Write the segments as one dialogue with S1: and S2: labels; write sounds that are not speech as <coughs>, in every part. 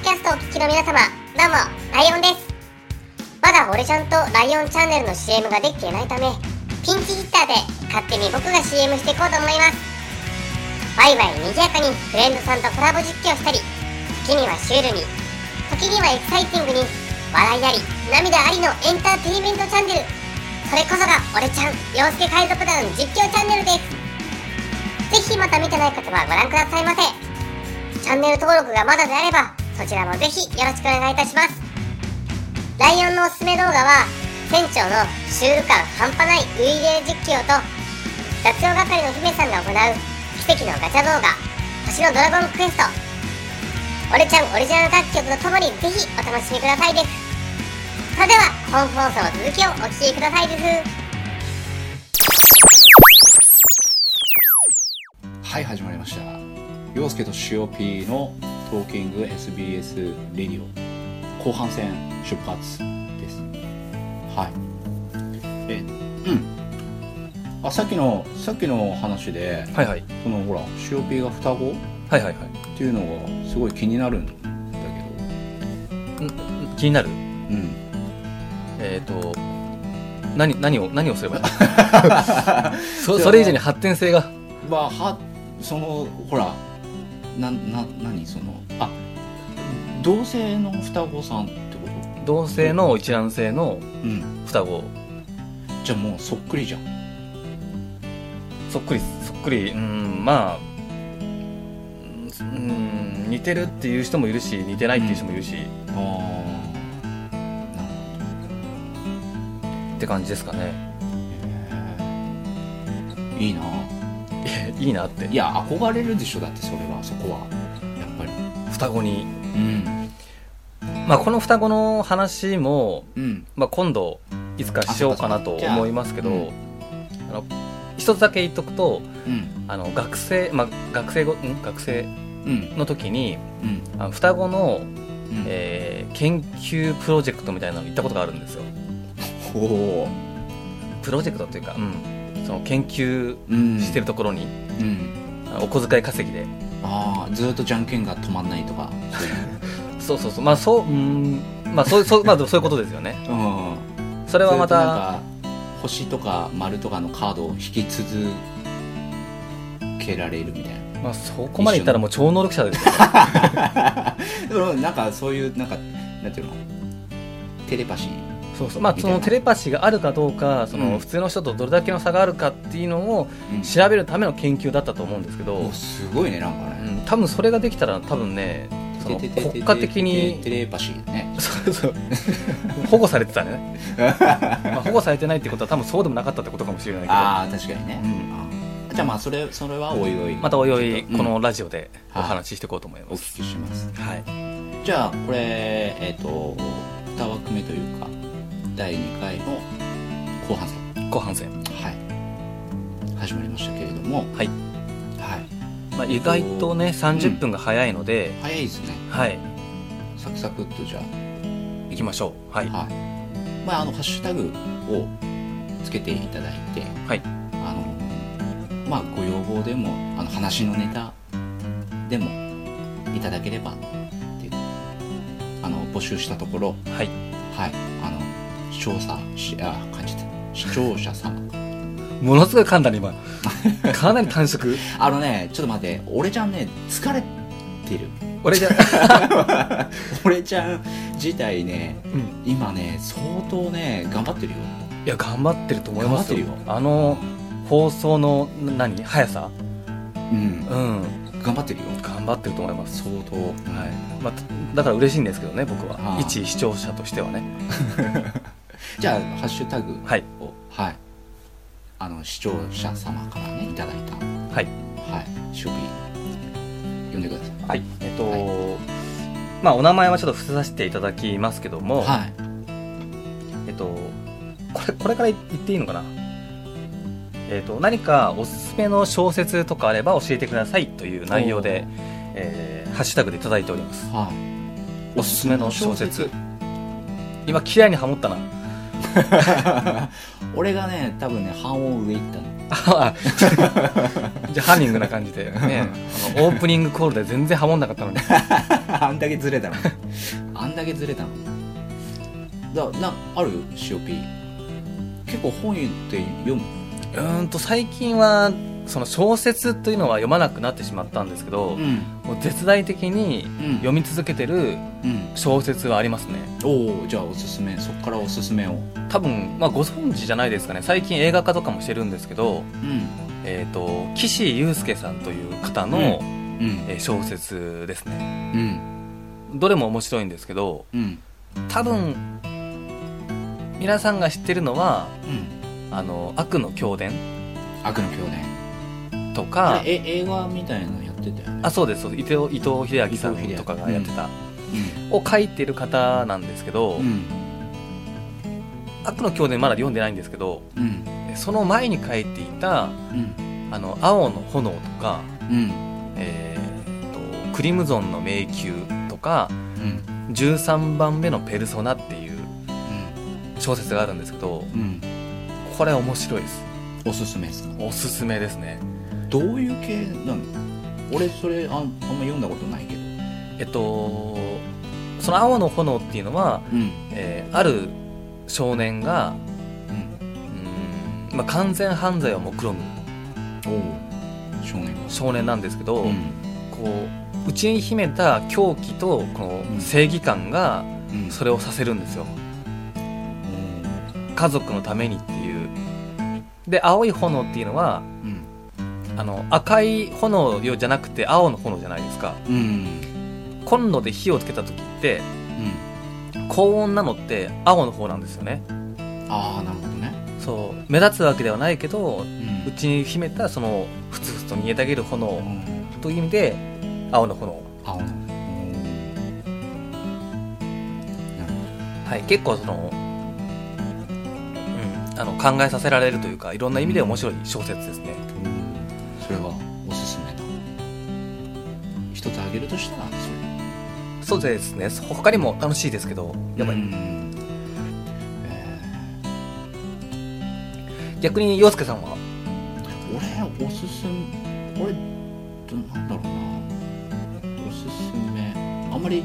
S1: の皆様どうもライオンですまだ俺ちゃんとライオンチャンネルの CM ができていないためピンチヒッターで勝手に僕が CM していこうと思いますワイワイにぎやかにフレンドさんとコラボ実況したり時にはシュールに時にはエキサイティングに笑いあり涙ありのエンターテインメントチャンネルそれこそが俺ちゃん洋介海賊団実況チャンネルですぜひまた見てない方はご覧くださいませチャンネル登録がまだであればそちらもぜひよろしくお願いいたしますライオンのおすすめ動画は船長のシュール感半端ないウイレー実況と雑用係の姫さんが行う奇跡のガチャ動画星のドラゴンクエスト俺ちゃんオリジナル楽曲とともにぜひお楽しみくださいですそれでは本放送の続きをお聴きくださいです
S2: はい始まりました陽介と塩 P のトーキング SBS レディオ後半戦出発ですはいえうんあさっきのさっきの話で
S3: はいはい
S2: そのほら塩 P が双子っ
S3: はいはいは
S2: ていうのがすごい気になるんだけど
S3: い気になる
S2: うん
S3: えっ、と何何を何を
S2: <laughs>
S3: すればいいそそれ以上に発展性が
S2: まあはそのほらなな何そのあ同性の双子さんってこ
S3: 同性の一卵性
S2: とう
S3: の
S2: ん
S3: 双子
S2: じゃあもうそっくりじゃん
S3: そっくりそっくりうんまあうん似てるっていう人もいるし似てないっていう人もいるし、
S2: ああなるほど
S3: って感じですかね
S2: いいない
S3: やいいなって
S2: いや憧れるでしょだってそれはそこはやっぱり
S3: 双子に
S2: うん
S3: まあこの双子の話も、
S2: うん
S3: まあ、今度いつかしようかなと
S2: あそうかそうかじゃあ
S3: 思いますけど、
S2: うん
S3: あの一つだけ言っとくと
S2: うん
S3: あの学生、まあ、学生ごん学生
S2: うん
S3: の時に
S2: うん
S3: あの双子の、
S2: うん
S3: えー研究プロジェクトみたいなのに行ったことがあるんですよ
S2: ほ
S3: プロジェクトっていうか、うん、その研究
S2: ううん
S3: してるところに、
S2: うん
S3: あのお小遣い稼ぎで
S2: ああずっとじゃんけんが止まんないとかそういう
S3: そうそうそうまあそううーんまあそうそう,、まあ、そういうことですよね
S2: うん
S3: そ
S2: そ
S3: れはまた
S2: なんか星とか丸とかのカードを引き続けられるみたい <laughs> な
S3: まあ、そこまでいったらもう超能力者です
S2: <laughs>
S3: よ
S2: でもなんかそういうなんかなんていうのテレパシー
S3: そうそうまあそのテレパシーがあるかどうかそうの
S2: ん
S3: 普通の人とどれだけの差があるかっていうのを調べるための研究だったと思うんですけど、
S2: おすごいねなんか
S3: う
S2: ね
S3: ん、多分それができたら多分ねその
S2: ててててて
S3: 国家的
S2: テ <laughs>
S3: に
S2: レパシーね
S3: そうそう保護されてたね、まあ、保護されてないってことは多分そうでもなかったってことかもしれないけど
S2: ああ確かにね、
S3: うん
S2: あじゃあまあそれそれはおいおい
S3: またおいおい
S2: ちょっと
S3: このラジオでお
S2: はい
S3: 話ししていこうと思い
S2: うんお
S3: ます、
S2: 聞きします
S3: はい
S2: じゃあこれえっ、と2枠目というか第2回の後半戦
S3: 後半戦、
S2: はい始まりましたけれども
S3: はい
S2: はい
S3: まあ、意外とね30分が早いので、
S2: 早いですね
S3: はい
S2: サクサクっとじゃ
S3: 行きましょうはい
S2: あはいまああのハッシュタグをつけていただいて
S3: はい
S2: あのまあご要望でもあの話のネタでもいただければってあの募集したところ
S3: はい
S2: はいあの視聴者しあ感じた視聴者様
S3: ものすごい噛んだね今かなり短縮
S2: <laughs> あのねちょっと待って俺ちゃんね疲れてる
S3: 俺じゃ、
S2: 俺ちゃん自体ね
S3: うん、
S2: 今ね相当ね頑張ってるよ
S3: いや頑張ってると思いますよ
S2: 頑張ってる
S3: あの放送のな何速さ
S2: うん
S3: うん
S2: 頑張ってるよ
S3: 頑張ってると思います
S2: 相当はい
S3: まあ、ただから嬉しいんですけどね僕は、
S2: はあ
S3: 一視聴者としてはね
S2: じゃあハッシュタグを
S3: はい
S2: はいあの視聴者様からねいただいた
S3: はい
S2: はい書類読んでください
S3: はいえっと、まあお名前はちょっと伏せさせていただきますけども、
S2: はい
S3: えっとこれこれから言っていいのかなえっと何かおすすめの小説とかあれば教えてくださいという内容で、えーハッシュタグでいただいております
S2: はい
S3: おすすめの小説今嫌いにハモったな
S2: 俺がね多分ね半音上いったの
S3: <laughs> あじゃあハニングな感じで、ね、あのオープニングコールで全然ハモんなかったので
S2: あんだけずれた
S3: <laughs>
S2: のに <laughs> あんだけずれたのにだなある塩 P 結構本って読む
S3: うーんと最近はその小説というのは読まなくなってしまったんですけど、
S2: ん
S3: もう絶大的に
S2: うん
S3: 読み続けてる
S2: うん
S3: 小説はありますね
S2: おおじゃあおすすめそっからおすすめを
S3: 多分、まあ、ご存知じゃないですかね最近映画化とかもしてるんですけど、
S2: うん
S3: えー、と岸優介さんという方の、
S2: うん
S3: えー小説ですね
S2: うん
S3: どれも面白いんですけど
S2: うん
S3: 多分皆さんが知ってるのは
S2: うん
S3: 「あの悪の教伝
S2: 悪の教伝」
S3: と
S2: あ
S3: か
S2: れえ映画みたいなのやってたよね
S3: あそうですそうです伊藤伊藤英明さんとかがやってた、を書いてる方なんですけど「
S2: うん
S3: 悪の教伝」まだ読んでないんですけど
S2: うん
S3: その前に書いていた
S2: うん
S3: 「あの青の炎」とか
S2: うん
S3: 「えーとクリムゾンの迷宮」とか
S2: うん
S3: 「13番目のペルソナ」っていう小説があるんですけど
S2: うんうん
S3: これ面白いです
S2: おすすめですか
S3: おすすめですね
S2: どういう系なの俺それあんあんま読んだことないけど
S3: えっとその「青の炎」っていうのは、
S2: うん
S3: えーある少年が
S2: うん
S3: うーん、まあ、完全犯罪を目論む
S2: おお少年
S3: 少年なんですけど、
S2: うん
S3: こう内に秘めた狂気とこ
S2: うん
S3: の正義感が
S2: うん
S3: それをさせるんですよ家族のためにっていうで青い炎っていうのは
S2: うん
S3: あの赤い炎よじゃなくて青の炎じゃないですか
S2: うんうん
S3: コンロで火をつけた時って高温なのって青の方なんですよね
S2: ああなるほどね
S3: そう目立つわけではないけど
S2: うん
S3: 内に秘めたそのふつふつと煮えたげる
S2: う
S3: 炎
S2: ん
S3: という意味で青の炎
S2: 青のなるほど
S3: はい、結構その、うん、あの考えさせられるというかいろんな意味で面白い小説ですね
S2: それはおすすめだ一つあげるとしたらそれ
S3: そうですねそ他にも楽しいですけどやっぱり、
S2: うんえ
S3: 逆に洋介さんは
S2: ー俺おすすめ俺どなんだろうなおすすめあんまり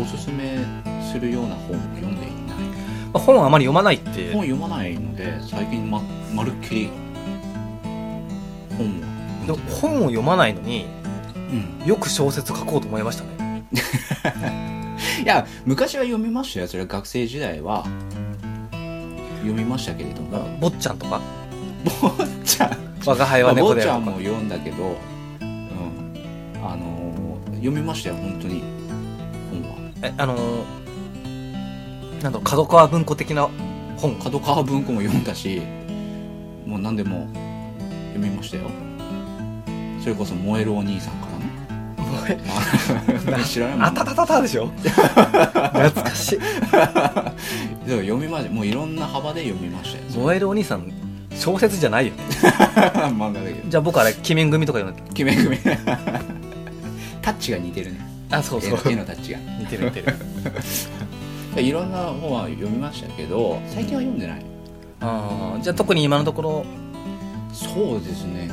S2: おすすめするような本を読んでいない
S3: まあ本はあまり読まないって
S2: 本読まないので最近ままるっきり本
S3: で
S2: を
S3: も本を読まないのに
S2: うん
S3: よく小説書こうと思いましたね
S2: いや昔は読みましたよそれは学生時代は読みましたけれども
S3: 坊っちゃんとか
S2: 坊ちゃん
S3: 「我が輩
S2: ま
S3: は
S2: あ、
S3: 猫
S2: 坊
S3: で
S2: ちゃ
S3: ある
S2: ん
S3: と
S2: も
S3: か
S2: 読んだけど、うん、あのー読みましたよ本当に本は」
S3: えあのーなんだろう角川文庫的な本
S2: 角川文庫も読んだしもう何でも読みましたよそれこそ「燃えるお兄さん」からね知らないも
S3: <laughs> あ
S2: ん
S3: たたたたで
S2: <laughs>
S3: しょ懐かしい
S2: そう読みましたもういろんな幅で読みましたよ
S3: 燃えるお兄さん小説じゃないよね
S2: 漫画だけど
S3: じゃあ僕あれ「鬼面組」とか読んで
S2: <laughs> 決め決
S3: <laughs>
S2: めタッチが似てるね
S3: あそう
S2: 絵
S3: そう
S2: の絵のタッチが
S3: 似てる似てる
S2: <laughs> いろんな本は読みましたけど最近は読んでない
S3: あーじゃあ特に今のところ
S2: そうですね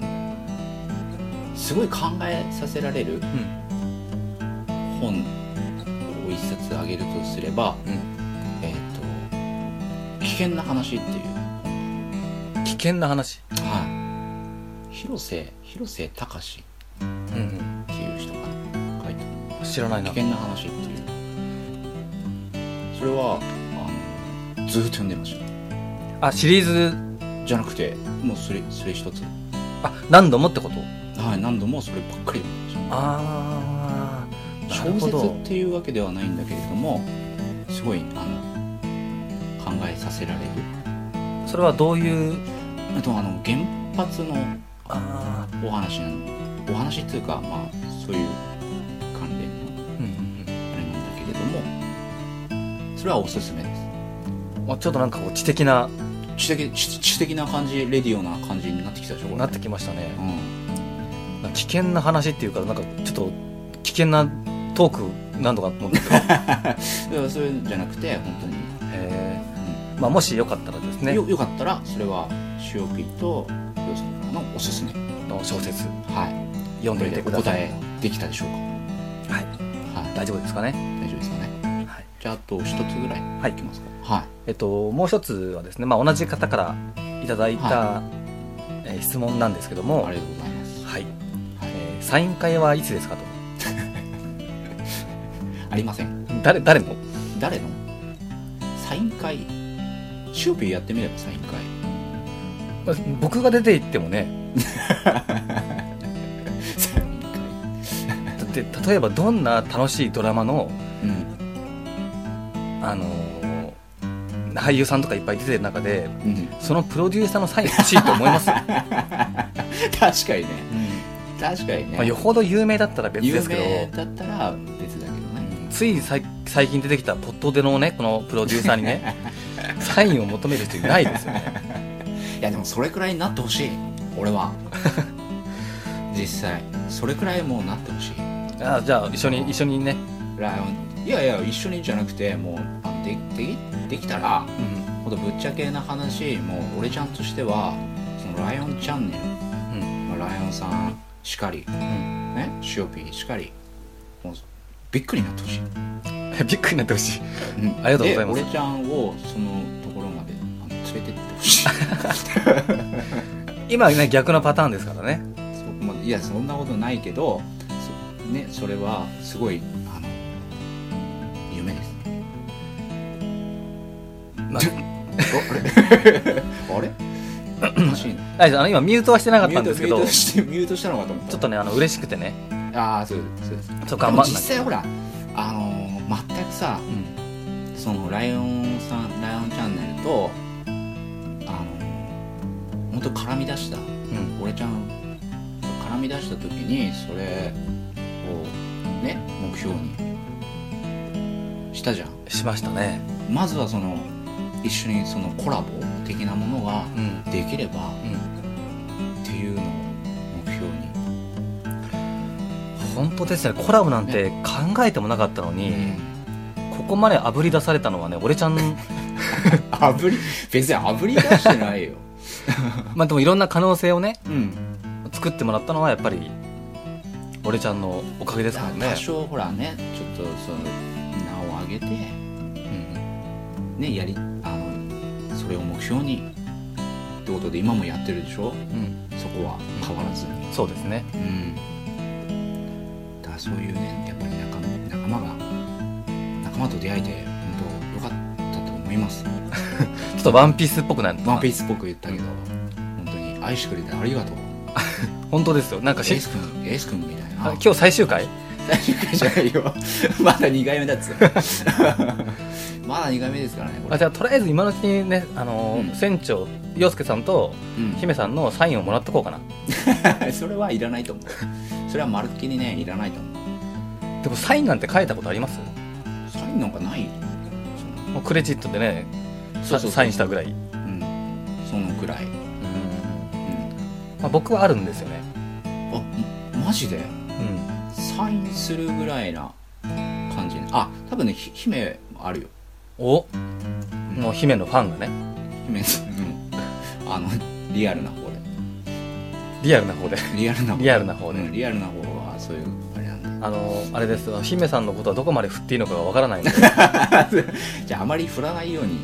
S2: あのすごい考えさせられる
S3: うん
S2: 本を一冊あげるとすれば、
S3: うん
S2: えっ、と「危険な話」っていう、
S3: 危険な話
S2: はい、広瀬広瀬隆
S3: うん
S2: っていう人が書いた
S3: 知らな
S2: 「
S3: い
S2: 危
S3: な
S2: 険な話」っていうそれはあのずっと読んでました
S3: あシリーズ
S2: じゃなくてもうそれそれ一つ
S3: あ何度もってこと
S2: はい何度もそればっかり読んでました
S3: ああなる
S2: 小
S3: ほ
S2: 説
S3: ど
S2: っていうわけではないんだけれどもすごいあの考えさせられる
S3: それはどういう
S2: あとあの原発の
S3: あ
S2: お話なのお話っていうかまあそういう関連の
S3: あうん
S2: あれなんだけれどもそれはおすすめです
S3: うんあちょっとなんかこう知的な
S2: 知的知知的な感じレディオな感じになってきたでしょこれ
S3: なってきましたね
S2: うん
S3: なんか危険な話っていうからなんかちょっと危険なトーク何度か持って <laughs> たへ
S2: だからそういうんじゃなくて本当に、
S3: えまあもしよかったらです
S2: うん
S3: ね
S2: よよかったらそれは潮食いと洋介からのおすすめ
S3: の小説
S2: はい
S3: 読ん
S2: これで
S3: でみて
S2: お
S3: くださ
S2: 答
S3: い
S2: えできたでしょう
S3: はい
S2: かはい
S3: 大丈夫ですかね、
S2: 大丈夫ですかね
S3: はい
S2: じゃああと一つぐらい
S3: はい
S2: いきますかはい
S3: えっと、もう一つはですね、まあ、同じ方からいただいた、
S2: は
S3: えー質問なんですけども
S2: ありがとうございます
S3: は
S2: は
S3: い
S2: い
S3: えーサイン会はいつですかと
S2: ありません
S3: 誰誰の
S2: 誰のサイン会潮食いやってみればサイン会
S3: 僕が出て行ってもね
S2: サイン会
S3: だって例えばどんな楽しいドラマの、
S2: うん
S3: あのー俳優さんとかいっぱい出てる中で
S2: うん
S3: そのプロデューサーのサイン欲しいと思います、
S2: 確かにね確かにね、
S3: まあ、よほど有名だったら別で
S2: 有
S3: すけど
S2: 名だったら別だけどね
S3: ついさい最近出てきたポットでのねこのプロデューサーにねサインを求める人いないですよね
S2: いやでもそれくらいになってほしい俺
S3: <laughs>
S2: は実際それくらいもうなってほしい
S3: あじゃあ一緒に一緒にね、
S2: ライオンいやいや一緒にじゃなくてもうあででできたら
S3: うん
S2: ほんとぶっちゃけな話もう俺ちゃんとしてはそのライオンチャンネル、まあライオンさんしかり
S3: うん
S2: ねシオピーしかりもうびっくりになってほしい、
S3: <laughs> びっくりになってほしい
S2: うん
S3: ありがとうございます
S2: で俺ちゃんをそのところまであの連れてってほ
S3: <laughs>
S2: しい
S3: 今ね逆のパターンですからね
S2: そこまでいやそんなことないけどそ,、ね、それはすごいあの夢
S3: <laughs>
S2: ですあれあ
S3: ま
S2: れおかしいな
S3: ああの今ミュートはして <coughs> なかったんですけ
S2: ミュートミュー
S3: ど
S2: ト
S3: ち
S2: してミュートしたのかと思った
S3: ょっとねあの嬉しくてね
S2: ああそうですそうです
S3: ちょっと
S2: で
S3: 頑
S2: も
S3: 張
S2: 実
S3: んなきゃ
S2: 際ほらあのー全くさ
S3: うん
S2: そのライオンさんライオンチャンネルとあのー、本当絡み出した
S3: うん
S2: 俺ちゃん絡み出した時にそれをね目標にしたじゃん
S3: しましたね
S2: まずはその一緒にそのコラボ的なものが
S3: うん
S2: できれば
S3: うん
S2: っていうのを目標に
S3: 本当ですねコラボなんて考えてもなかったのに、ここまで炙り出されたのはね俺ちゃん
S2: <laughs> あぶり別にあぶり出してないよ
S3: まあでもいろんな可能性をね
S2: <laughs> うん
S3: 作ってもらったのはやっぱり俺ちゃんのおかげですからね
S2: 多、少ほらねちょっとその名を上げて
S3: うん
S2: ねやりあのそれを目標にってことで今もやってるでしょ
S3: うん
S2: そこは変わらずに
S3: そうですね
S2: うんだからそういうねやっぱり仲仲間が仲間と出会えて本当よかったと思います
S3: ちょっとワンピースっぽくなる
S2: ワンピースっぽく言ったけど本当に愛してくれてありがとう
S3: 本当ですよな
S2: エ
S3: んかし
S2: ース君エース君みたい
S3: あ
S2: な
S3: 今日最終回
S2: 最終回 <laughs> じゃないよまだ2回目だっつう <laughs> まだ2回目ですからねこ
S3: あ
S2: れ
S3: じゃあとりあえず今のうちにね、あのー
S2: うん
S3: 船長洋介さんと
S2: うん
S3: 姫さんのサインをもらっとこうかな
S2: <laughs> それはいらないと思うそれはまるっきりねいらないと思う
S3: でもサインなんて書いたことあります
S2: サインなんかない
S3: もうクレジットでね
S2: そうそうそう
S3: さサインしたぐらい、
S2: そのうんそのくらい、うん、
S3: まあ、僕はあるんですよね、
S2: あまマジで
S3: うん、
S2: サインするぐらいな感じねあ多分ねひ姫もあるよ
S3: おもう姫のファンがね
S2: 姫、うん、 <laughs> あのリアルな方で
S3: リアルな方で <laughs>
S2: リアルな方
S3: リアルな方で、
S2: うんリアルな方はそういうあれなんで
S3: あのーあれですよ姫さんのことはどこまで振っていいのかがわからないので、
S2: <laughs> じゃああまり振らないように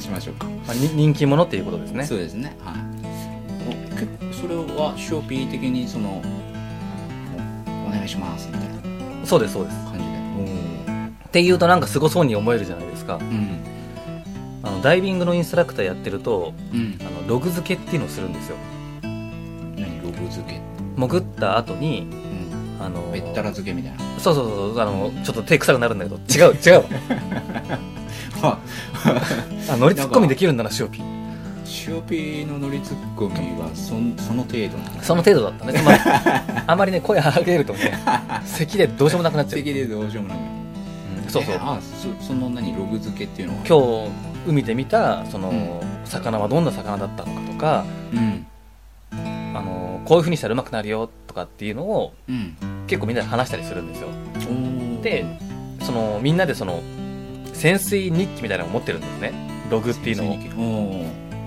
S2: <laughs> しましょうか
S3: まあ、に人気者っていうことですね
S2: そうですねはいお結構それはシオピー的にそのおお願いしますみたいな
S3: そうですそうです
S2: 感じで
S3: っていうとなんかすごそうに思えるじゃないですか
S2: うん
S3: あのダイビングのインストラクターやってると
S2: うん
S3: あのログ付けっていうのをするんですよ
S2: 何ログ付け
S3: 潜った後に
S2: うん
S3: あの
S2: べったら漬けみたいな
S3: そうそうそうあのちょっと手臭くなるんだけど違う
S2: <laughs>
S3: 違う
S2: あ
S3: あ乗りツッコミできるんだなシオピー
S2: シオピーの乗りツッコミはそんその程度なの
S3: その程度だったね
S2: <laughs>
S3: つまりあまりね声上げるとね咳でどうしようもなくなっちゃう
S2: 的でどうしようもない
S3: うんそうそう
S2: えあそその何ログ付けっていうのは
S3: 今日海で見たその、魚はどんな魚だったのかとか
S2: 日うん
S3: あのこういうふうにしたらうまくなるよとかっていうのを
S2: うん
S3: 結構みんなで話したりするんですよ
S2: おー
S3: でそのみんなでその潜水日記みたいなのを持ってるんですねログっていうの
S2: おー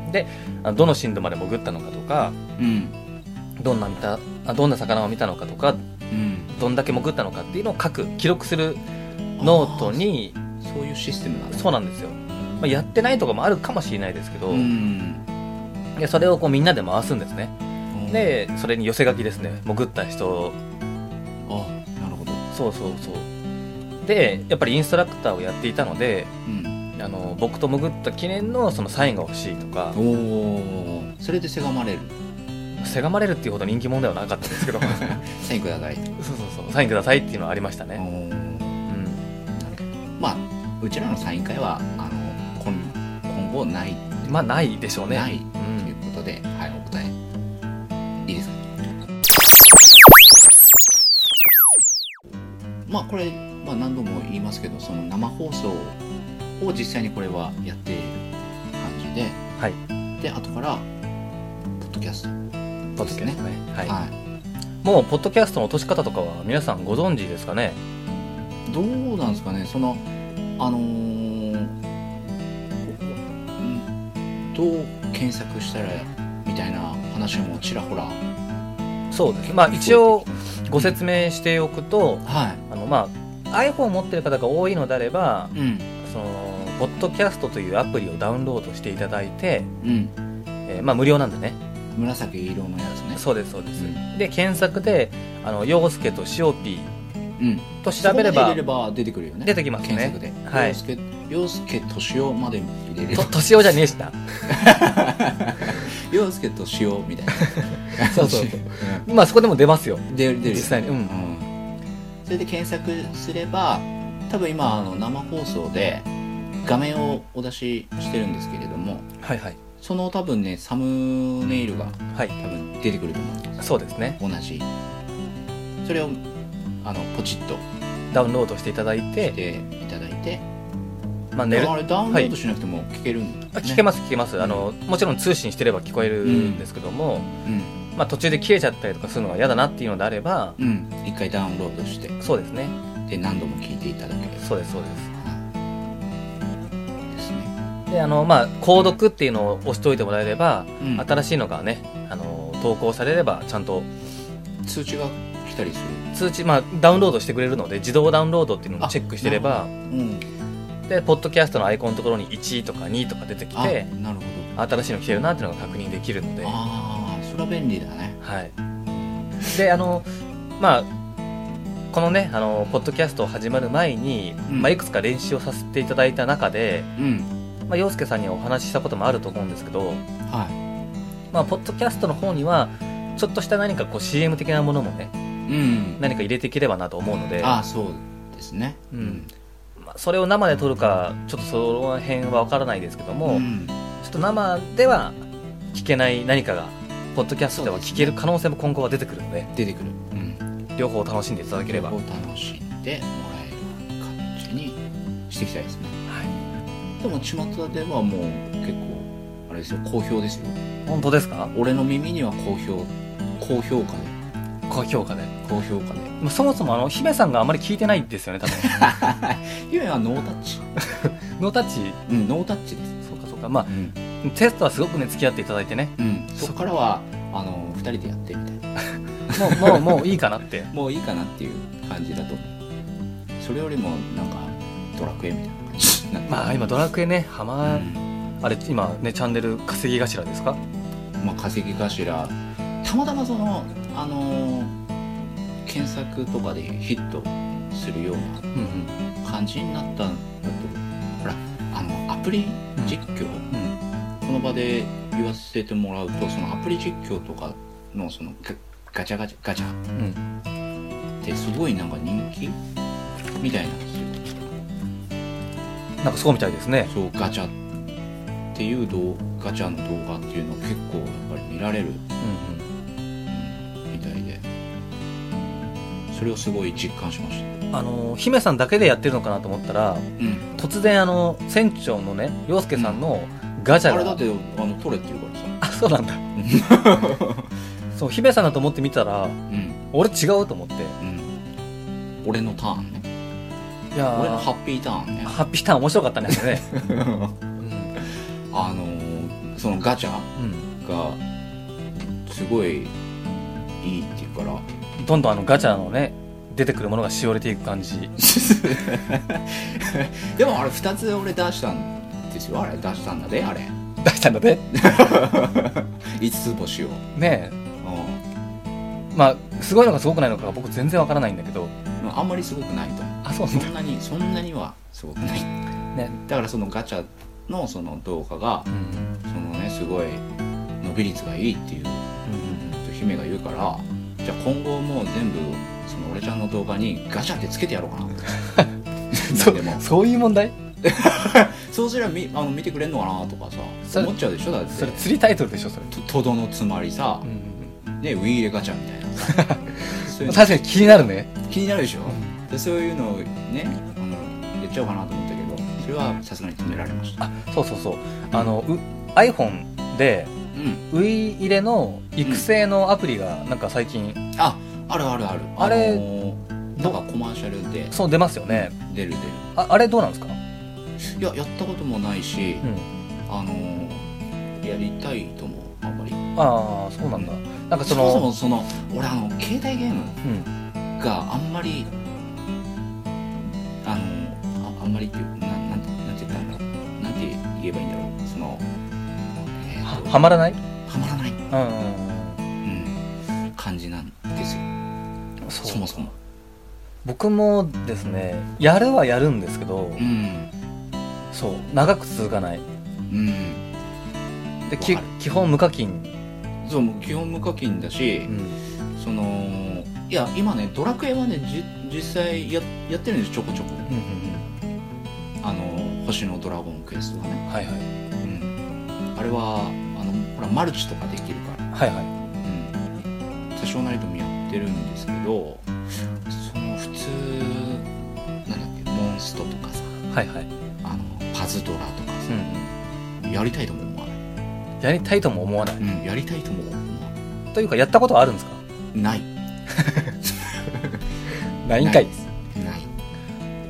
S3: をであどの深度まで潜ったのかとか
S2: うん
S3: どんな見たあどんな魚を見たのかとか
S2: うん
S3: どんだけ潜ったのかっていうのを書く記録するノートに
S2: そういうシステムなんだ
S3: そうなんですよ、まあ、やってないとかもあるかもしれないですけど、
S2: うん
S3: でそれをこうみんなで回すんですねでそれに寄せ書きですね潜った人
S2: あなるほど
S3: そうそうそうでやっぱりインストラクターをやっていたので
S2: うん
S3: あの僕と潜った記念のそのサインが欲しいとか
S2: おおそれでせがまれる
S3: せがまれるっていうほど人気者ではなかったん
S2: <laughs>
S3: ですけどそう
S2: サインください
S3: そうそうサインくださいっていうのはありました
S2: お
S3: ね、う
S2: ー
S3: ん、
S2: まあうちらのサイン会はあの今今後ない
S3: まあないでしょうね
S2: ない
S3: うん
S2: ということで、はいお答えいいですかまあこれ、まあ、何度も言いますけどその生放送を実際にこれはやっている感じで、
S3: はい
S2: で後からポッドキャスト
S3: ポッドキャストね、はい
S2: はい
S3: もうポッドキャストの落とし方とかは皆さんご存知ですかね
S2: どうなんですかねそのあのーうんどう検索したらみたいな話もちらほら
S3: そうですまあ一応ご説明しておくと
S2: は
S3: あのまあ iPhone を持ってる方が多いのであれば
S2: いうん
S3: そのポッドキャストというアプリをダウンロードしていただいて、
S2: うん
S3: えーまあ無料なんでね
S2: 紫色のやつね
S3: そうですそうです、
S2: うん
S3: で検索であの陽介と塩ピ
S2: うん
S3: ーと調べれ
S2: そこまで入
S3: ば
S2: れれば出てくるよね
S3: 出てきますね
S2: 検索で
S3: はい
S2: 洋介洋介敏夫まで入れれ
S3: と
S2: ば
S3: 年男じゃねえしな
S2: 洋介敏夫みたいな
S3: <laughs> そうそうそうまあそこでも出ますよ
S2: うん出る出る
S3: 実際にう
S2: うんんそれで検索すれば多分今あの生放送で画面をお出ししてるんですけれども
S3: はいはい
S2: その多分ねサムネイルが
S3: はい
S2: 多分出てくると思うんです
S3: そうですね
S2: 同じそれをあのポチッと
S3: ダウンロードしていただいて
S2: していただいて
S3: まあ寝る
S2: あれダウンロードしなくても聞けるんだ、ね
S3: あ聞け
S2: ま
S3: ます聞けますあのもちろん通信してれば聞こえるんですけども、
S2: すうん
S3: まあ、途中で切れちゃったりとかするのが嫌だなっていうのであれば
S2: うん、一回ダウンロードして
S3: そうですね
S2: で何度も聞いていただければ
S3: そうですそうです
S2: ですね、
S3: であのまあ購読っていうのを押しておいてもらえれば、
S2: うん、
S3: 新しいのがねあの投稿されればちゃんと
S2: 通知が来たりする、
S3: 通知、まあ、ダウンロードしてくれるので自動ダウンロードっていうのをチェックしてれば
S2: うん、
S3: でポッドキャストのアイコンのところに1とか2とか出てき
S2: あ
S3: て
S2: なるほど
S3: 新しいの来てるなっていうのが確認できるので、は
S2: ああそれは便利だね
S3: い、であのまあこのねあのポッドキャスト始まる前に、
S2: うん
S3: まあ、いくつか練習をさせていただいた中で、
S2: うん
S3: まあ、陽介さんにはお話ししたこともあると思うんですけど、
S2: は
S3: まあ、ポッドキャストの方にはちょっとした何かこう CM 的なものもね
S2: いうん
S3: 何か入れていければなと思うので、
S2: ああそうですね
S3: うんまあそれを生で撮るかちょっとその辺は分からないですけど
S2: う
S3: も、
S2: ん
S3: ちょっと生では聞けない何かがポッドキャストでは聞ける可能性も今後は出てくるので
S2: 出てくる、うん、
S3: 両方楽しんでいただければ、
S2: こ
S3: は
S2: う楽しんでもらえる感じにしていきたいですね
S3: い、
S2: でも巷ではもう結構あれですよ好評ですよ
S3: 本当ですか
S2: 俺の耳には好評高評価で
S3: 高評価で
S2: 高評価で
S3: まあそもそもあの姫さんがあまり聞いてないんですよね多分 <laughs>
S2: <laughs> 夢はノータッチ
S3: ノータッチ
S2: うんノータッチです
S3: そうかそうかまあ
S2: うん、
S3: テストはすごくね付き合っていただいてね
S2: うん、そこからはあの2人でやってみたいな
S3: もう <laughs> もうもういいかなって
S2: もういいかなっていう感じだと思うそれよりもなんかドラクエみたいな感じになって
S3: まあ今ドラクエねハ
S2: う
S3: マ、
S2: ん
S3: あれ今ねチャンネル稼ぎ頭ですか
S2: まあ稼ぎ頭たまたまそのあのー検索とかでヒットするよう
S3: うんうん
S2: な感じになったんだとほらあのアプリ実況、
S3: うん
S2: この場で言わせてもらうとそのアプリ実況とかのそのガガチャガチャガチャ
S3: うん
S2: ってすごいなんか人気みたいなんですよ
S3: なんかそうみたいですね
S2: そうガチャっていう動ガチャの動画っていうのを結構やっぱり見られる、
S3: うんうん
S2: うんみたいでそれをすごい実感しました
S3: あの姫さんだけでやってるのかなと思ったら
S2: うん
S3: 突然あの船長のね洋介さんのガチャ
S2: あ
S3: が、
S2: れだってあの撮れって言うからさ
S3: あそうなんだ <laughs> そう姫さんだと思って見たら
S2: うん
S3: 俺違うと思って
S2: うん俺のターンね
S3: いやー
S2: 俺のハッピーターンね
S3: ハッピーターン面白かったんですよね、
S2: あのーそのガチャ
S3: うん、
S2: がすごいいいっていうから
S3: どんどんあのガチャのね出てくるものがしおれていく感じ
S2: でもあれ2つ俺出したんですよあれ出したんだねあれ
S3: 出したので
S2: 5つ星を、
S3: ねえ
S2: う
S3: まあすごいのかすごくないのか僕全然わからないんだけど
S2: ん、あんまりすごくないと
S3: あそうなん
S2: そんなにそんなにはすごくない
S3: だね
S2: だからそのガチャのその動画が
S3: うん
S2: そのねすごい伸び率がいいっていう姫が言うからじゃあ今後もう全部その俺ちゃんの動画にガチャってつけてやろうかな
S3: <laughs> そ
S2: 何でも
S3: うそういう問題
S2: そうすればみあの見てくれんのかなとか
S3: そ
S2: さ
S3: れ
S2: 思っちゃうでしょだって
S3: それ釣りタイトルでしょそれ、
S2: ととどのつまりさ
S3: う、
S2: ねウィーレガチャみたいなさ
S3: <laughs>
S2: そうい
S3: ん、
S2: う
S3: 確かに気になるね
S2: の気になるでしょでそういうのをねあのやっちゃおうかなと思ったけどそれはさすがに止められました
S3: あそうそうそうあのう iPhone で
S2: うん
S3: ウイ入れの育成のアプリがなんか最近、
S2: ああるあるある
S3: あれ
S2: のーなんかコマーシャルで
S3: そう出ますよね
S2: 出る出る
S3: ああれどうなんですか、
S2: いややったこともないし
S3: うん、
S2: あのーやりたいともあんまり
S3: ああそうなんだなんかそ
S2: そ
S3: の
S2: もそもその俺あの携帯ゲーム
S3: うん、
S2: があんまりあのああんまりっていうなんなんてなんて言ったんだろうなんて言えばいいんだろうその、えー
S3: は
S2: と
S3: はまらない、
S2: はまらない、
S3: うんうん
S2: うん、感じなんですよ
S3: うん、そう
S2: そもそも
S3: 僕もですねやるはやるんですけど、
S2: うん
S3: そう長く続かない
S2: うん
S3: でき
S2: わか
S3: 基本無課金、
S2: そうもう基本無課金だし、
S3: うん、
S2: そのいや今ねドラクエはねじ実際ややってるんですよちょこちょこ
S3: うんうん
S2: あの星のドラゴンクエストはね
S3: うんはいはい
S2: うんあれはあのほらマルチとかできるから、
S3: はいは
S2: うん、多少なりともやってるんですけどその普通なんだっけモンストとかさ
S3: いはいはい、
S2: あのパズドラとか
S3: う
S2: さ、
S3: ん
S2: やりたいとも思わない、
S3: うん、やりたいとも思わない
S2: うん、やりたいとも思わ
S3: というかやったことはあるんですか
S2: ない
S3: ないんかい
S2: ない、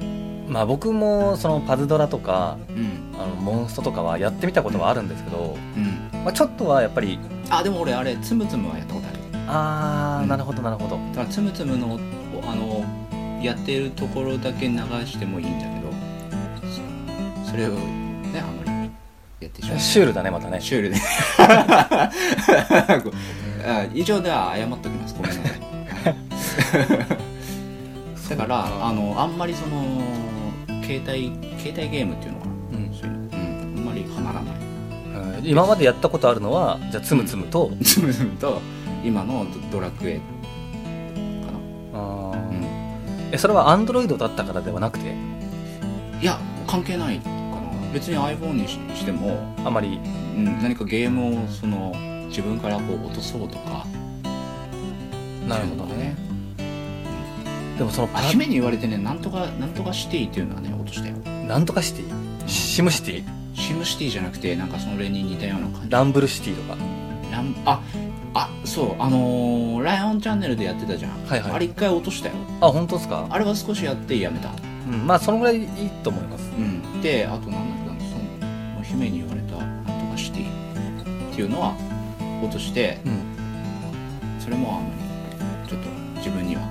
S3: まあ僕もそのパズドラとか
S2: うん
S3: あのモンストとかはやってみたことはあるんですけど、
S2: うん、
S3: まあ、ちょっとはやっぱり
S2: あでも俺あれつむつむはやったことある
S3: あ
S2: う
S3: あ
S2: ん
S3: なるほどなるほど
S2: だからつむつむのあのやってるところだけ流してもいいんだけどそそれをねあんまりやってしまう
S3: シュールだねまたね
S2: シュールであ以上では謝っときますごめんなさいだからあのあんまりその携帯携帯ゲームっていうのかな
S3: うん
S2: そういうの、うん、あんまりはまらない
S3: うん今までやったことあるのはじゃあつむつむと、
S2: つむつむと今のドラクエか
S3: あ
S2: な、
S3: ー
S2: うん
S3: えそれはアンドロイドだったからではなくて
S2: いや関係ないかな別に iPhone にししても、
S3: あまり
S2: うん、何かゲームをその自分からこう落とそうとか
S3: なるほどねでもその
S2: あ
S3: パ
S2: 姫に言われてねなんとかなんとかシティっていうのはね落としたよ
S3: なんとかシティシシムシティ
S2: シムシティじゃなくてなんかそれに似たような感じ
S3: ランブルシティとか
S2: ランああそうあのーライオンチャンネルでやってたじゃん、
S3: はいはい
S2: あれ一回落としたよ
S3: あ本当ですか、
S2: あれは少しやってやめた
S3: うん、まあそのぐらいいいと思います
S2: うんであとなんだっけなその姫に言われたなんとかシティっていうのは落として
S3: うん
S2: それもあんまりちょっと自分には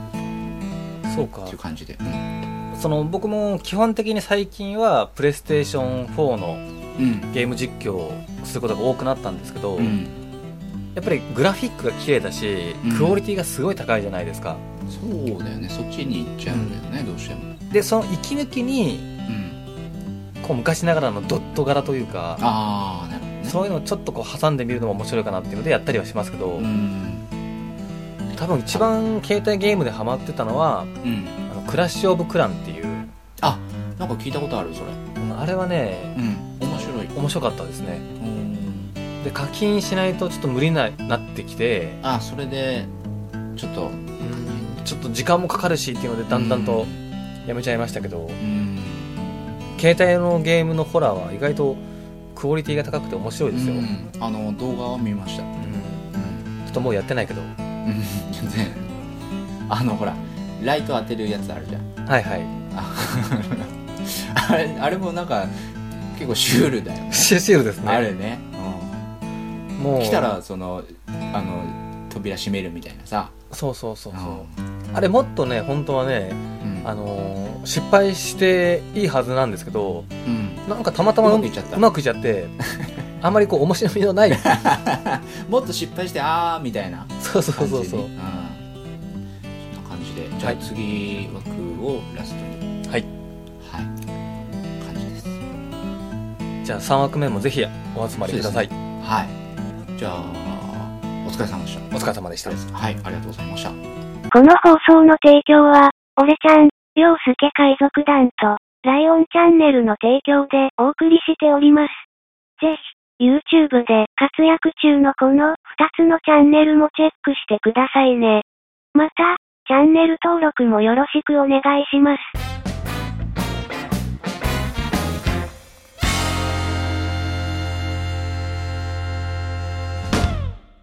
S3: そうか
S2: っていう感じで、うん
S3: その僕も基本的に最近はプレイステーション4の
S2: うん
S3: ゲーム実況をすることが多くなったんですけど、
S2: うん、
S3: やっぱりグラフィックが綺麗だし
S2: うん
S3: クオリティがすごい高いじゃないですか、
S2: そうだよねそっちに行っちゃうんだよね、どうしても、
S3: でその息抜きに
S2: うん、
S3: こう昔ながらのドット柄というか
S2: ああなるほどね
S3: そういうのをちょっとこう挟んでみるのも面白いかなっていうのでやったりはしますけど、
S2: うん
S3: 多分一番携帯ゲームでハマってたのは
S2: うん
S3: あのクラッシュ・オブ・クランっていう
S2: あなんか聞いたことあるそれう
S3: あれはね
S2: ん面白い
S3: 面白かったですね
S2: うん
S3: で課金しないとちょっと無理ななってきて
S2: あそれでちょっと
S3: ちょっと時間もかかるしっていうのでだんだんとやめちゃいましたけど、
S2: うん
S3: 携帯のゲームのホラーは意外とクオリティが高くて面白いですよ、
S2: う
S3: うん
S2: んあの動画は見ましたうん
S3: ちょっともうやってないけど
S2: <laughs> 全然あのほらライト当てるやつあるじゃん
S3: はいはい
S2: あ <laughs> あれあれもなんか結構シュールだよね
S3: シールですね
S2: あるね、
S3: もう
S2: 来たらそのあの扉閉めるみたいなさ
S3: そうそうそうそうあれもっとね本当はね
S2: うん
S3: あのー失敗していいはずなんですけど
S2: うん
S3: なんかたまたま
S2: うまくいっちゃった
S3: うまくいっちゃってあんまりこう面白みのない
S2: もっと失敗してあーみたいな
S3: そうそう
S2: 感じ
S3: そ
S2: に
S3: うそう
S2: うん、そんな感じでじゃあ
S3: はい
S2: 次枠をラストに
S3: はい
S2: はい感じです
S3: じゃあ3枠目もぜひお集まりください、
S2: はいじゃあお疲れ様でした
S3: お疲れ様でした
S2: はいありがとうございました
S4: この放送の提供は、俺ちゃん、洋介海賊団と、ライオンチャンネルの提供でお送りしております。ぜひ、YouTube で活躍中のこの2つのチャンネルもチェックしてくださいね。また、チャンネル登録もよろしくお願いします。